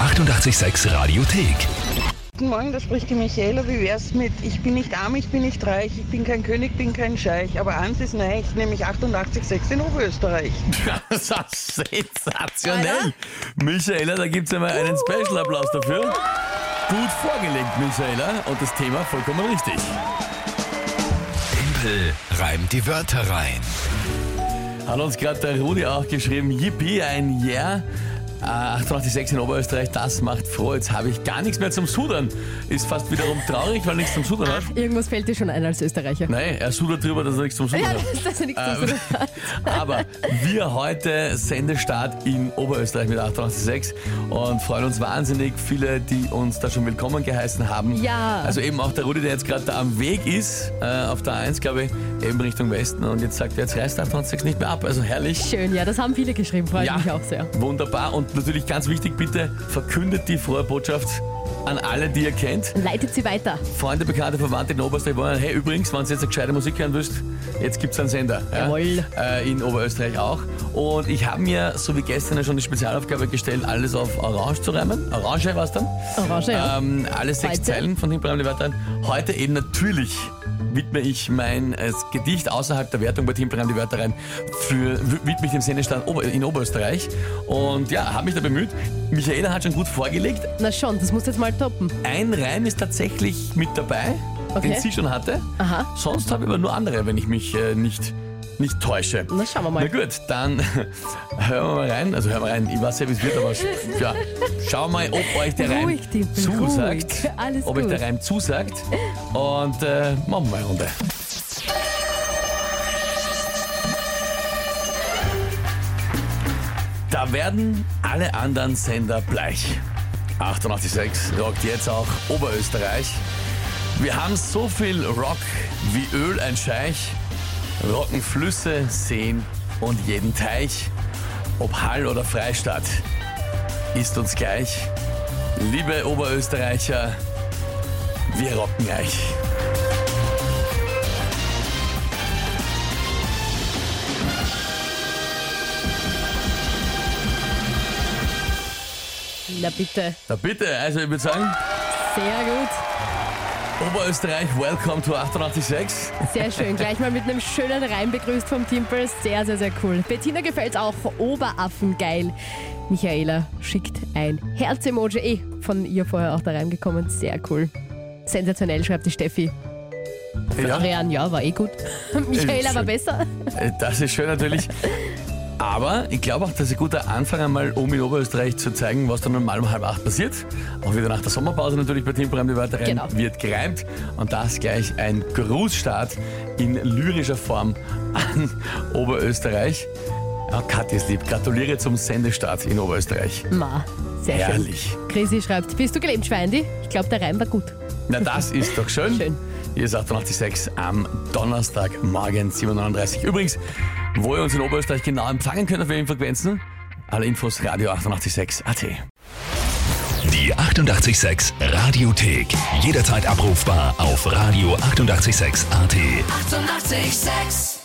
886 Radiothek. Guten Morgen, da spricht die Michaela. Wie wär's mit Ich bin nicht arm, ich bin nicht reich, ich bin kein König, bin kein Scheich, aber eins ist neich, nämlich 88,6 in Oberösterreich. Das ist sensationell. Michaela, da gibt es einmal einen Special-Applaus dafür. Gut vorgelegt, Michaela. Und das Thema vollkommen richtig. Tempel reimt die Wörter rein. Hat uns gerade der Rudi auch geschrieben, Yippie, ein Jahr. Äh, 886 in Oberösterreich, das macht froh. Jetzt habe ich gar nichts mehr zum Sudern. Ist fast wiederum traurig, weil er nichts zum Sudern hat. Irgendwas fällt dir schon ein als Österreicher. Nein, er sudert drüber, dass er nichts zum Sudern Ja, hat. das ist also nichts zu sagen. Äh, Aber wir heute Sendestart in Oberösterreich mit 886 und freuen uns wahnsinnig viele, die uns da schon willkommen geheißen haben. Ja. Also eben auch der Rudi, der jetzt gerade da am Weg ist, äh, auf der 1, glaube ich, eben Richtung Westen und jetzt sagt er, jetzt reißt 886 nicht mehr ab. Also herrlich. Schön, ja, das haben viele geschrieben, freut mich auch sehr. Wunderbar und natürlich ganz wichtig, bitte verkündet die frohe Botschaft an alle, die ihr kennt. Leitet sie weiter. Freunde, Bekannte, Verwandte in Oberösterreich wollen, hey übrigens, wenn du jetzt eine gescheite Musik hören willst, jetzt gibt's einen Sender. Jawohl. Äh, in Oberösterreich auch. Und ich habe mir, so wie gestern ja schon die Spezialaufgabe gestellt, alles auf Orange zu reimen. Orange war's dann. Orange, ja. Ähm, alle sechs Heute? Zeilen von Himbeeren die Wörter. rein. Heute eben natürlich widme ich mein äh, Gedicht außerhalb der Wertung bei Himbeeren die Wörter rein für, widme ich dem Sendestand Ober- in Oberösterreich. Und ja, habe mich da bemüht. Michaela hat schon gut vorgelegt. Na schon, das musst du jetzt mal toppen. Ein Reim ist tatsächlich mit dabei, Okay. den sie schon hatte. Aha. Sonst habe ich aber nur andere, wenn ich mich äh, nicht, nicht täusche. Na, schauen wir mal. Na gut, dann hören wir mal rein. Also hören wir rein. Ich weiß ja, wie es wird, aber sch- ja, schau mal, ob euch der Reim Beruhig dich, beruhig. zusagt. Alles ob euch gut. der Reim zusagt. Und äh, machen wir mal eine Runde. Da werden alle anderen Sender bleich. 886 rockt jetzt auch Oberösterreich. Wir haben so viel Rock wie Öl ein Scheich. Rocken Flüsse, Seen und jeden Teich. Ob Hall oder Freistadt, ist uns gleich. Liebe Oberösterreicher, wir rocken euch. Na bitte. Na bitte, also ich würde sagen, Sehr gut. Oberösterreich, welcome to 886. Sehr schön. Gleich mal mit einem schönen Reim begrüßt vom Timpel. Sehr, sehr, sehr cool. Bettina gefällt auch Oberaffen geil. Michaela schickt ein Herz-Emoji. Eh, von ihr vorher auch da reingekommen. Sehr cool. Sensationell, schreibt die Steffi. Florian, ja, war eh gut. Michaela war schön. besser. Äh, Das ist schön natürlich. Aber ich glaube auch, das ist ein guter Anfang einmal, um in Oberösterreich zu zeigen, was dann normal um halb acht passiert. Auch wieder nach der Sommerpause natürlich bei Team Programm die Wörter rein Genau. wird gereimt. Und das gleich ein Grußstart in lyrischer Form an Oberösterreich. Ja, Kathi ist lieb. Gratuliere zum Sendestart in Oberösterreich. Ma, sehr schön. Herrlich. Chrissy schreibt, bist du gelebt, Schweindi? Ich glaube, der Reim war gut. Na, das ist doch schön. Schön. Hier ist 886 am Donnerstagmorgen, 7.39 Übrigens, wo ihr uns in Oberösterreich genau empfangen könnt, auf welchen Frequenzen, alle Infos Radio 886 AT. Die 886 Radiothek. Jederzeit abrufbar auf radio886.at. 886! 886. 886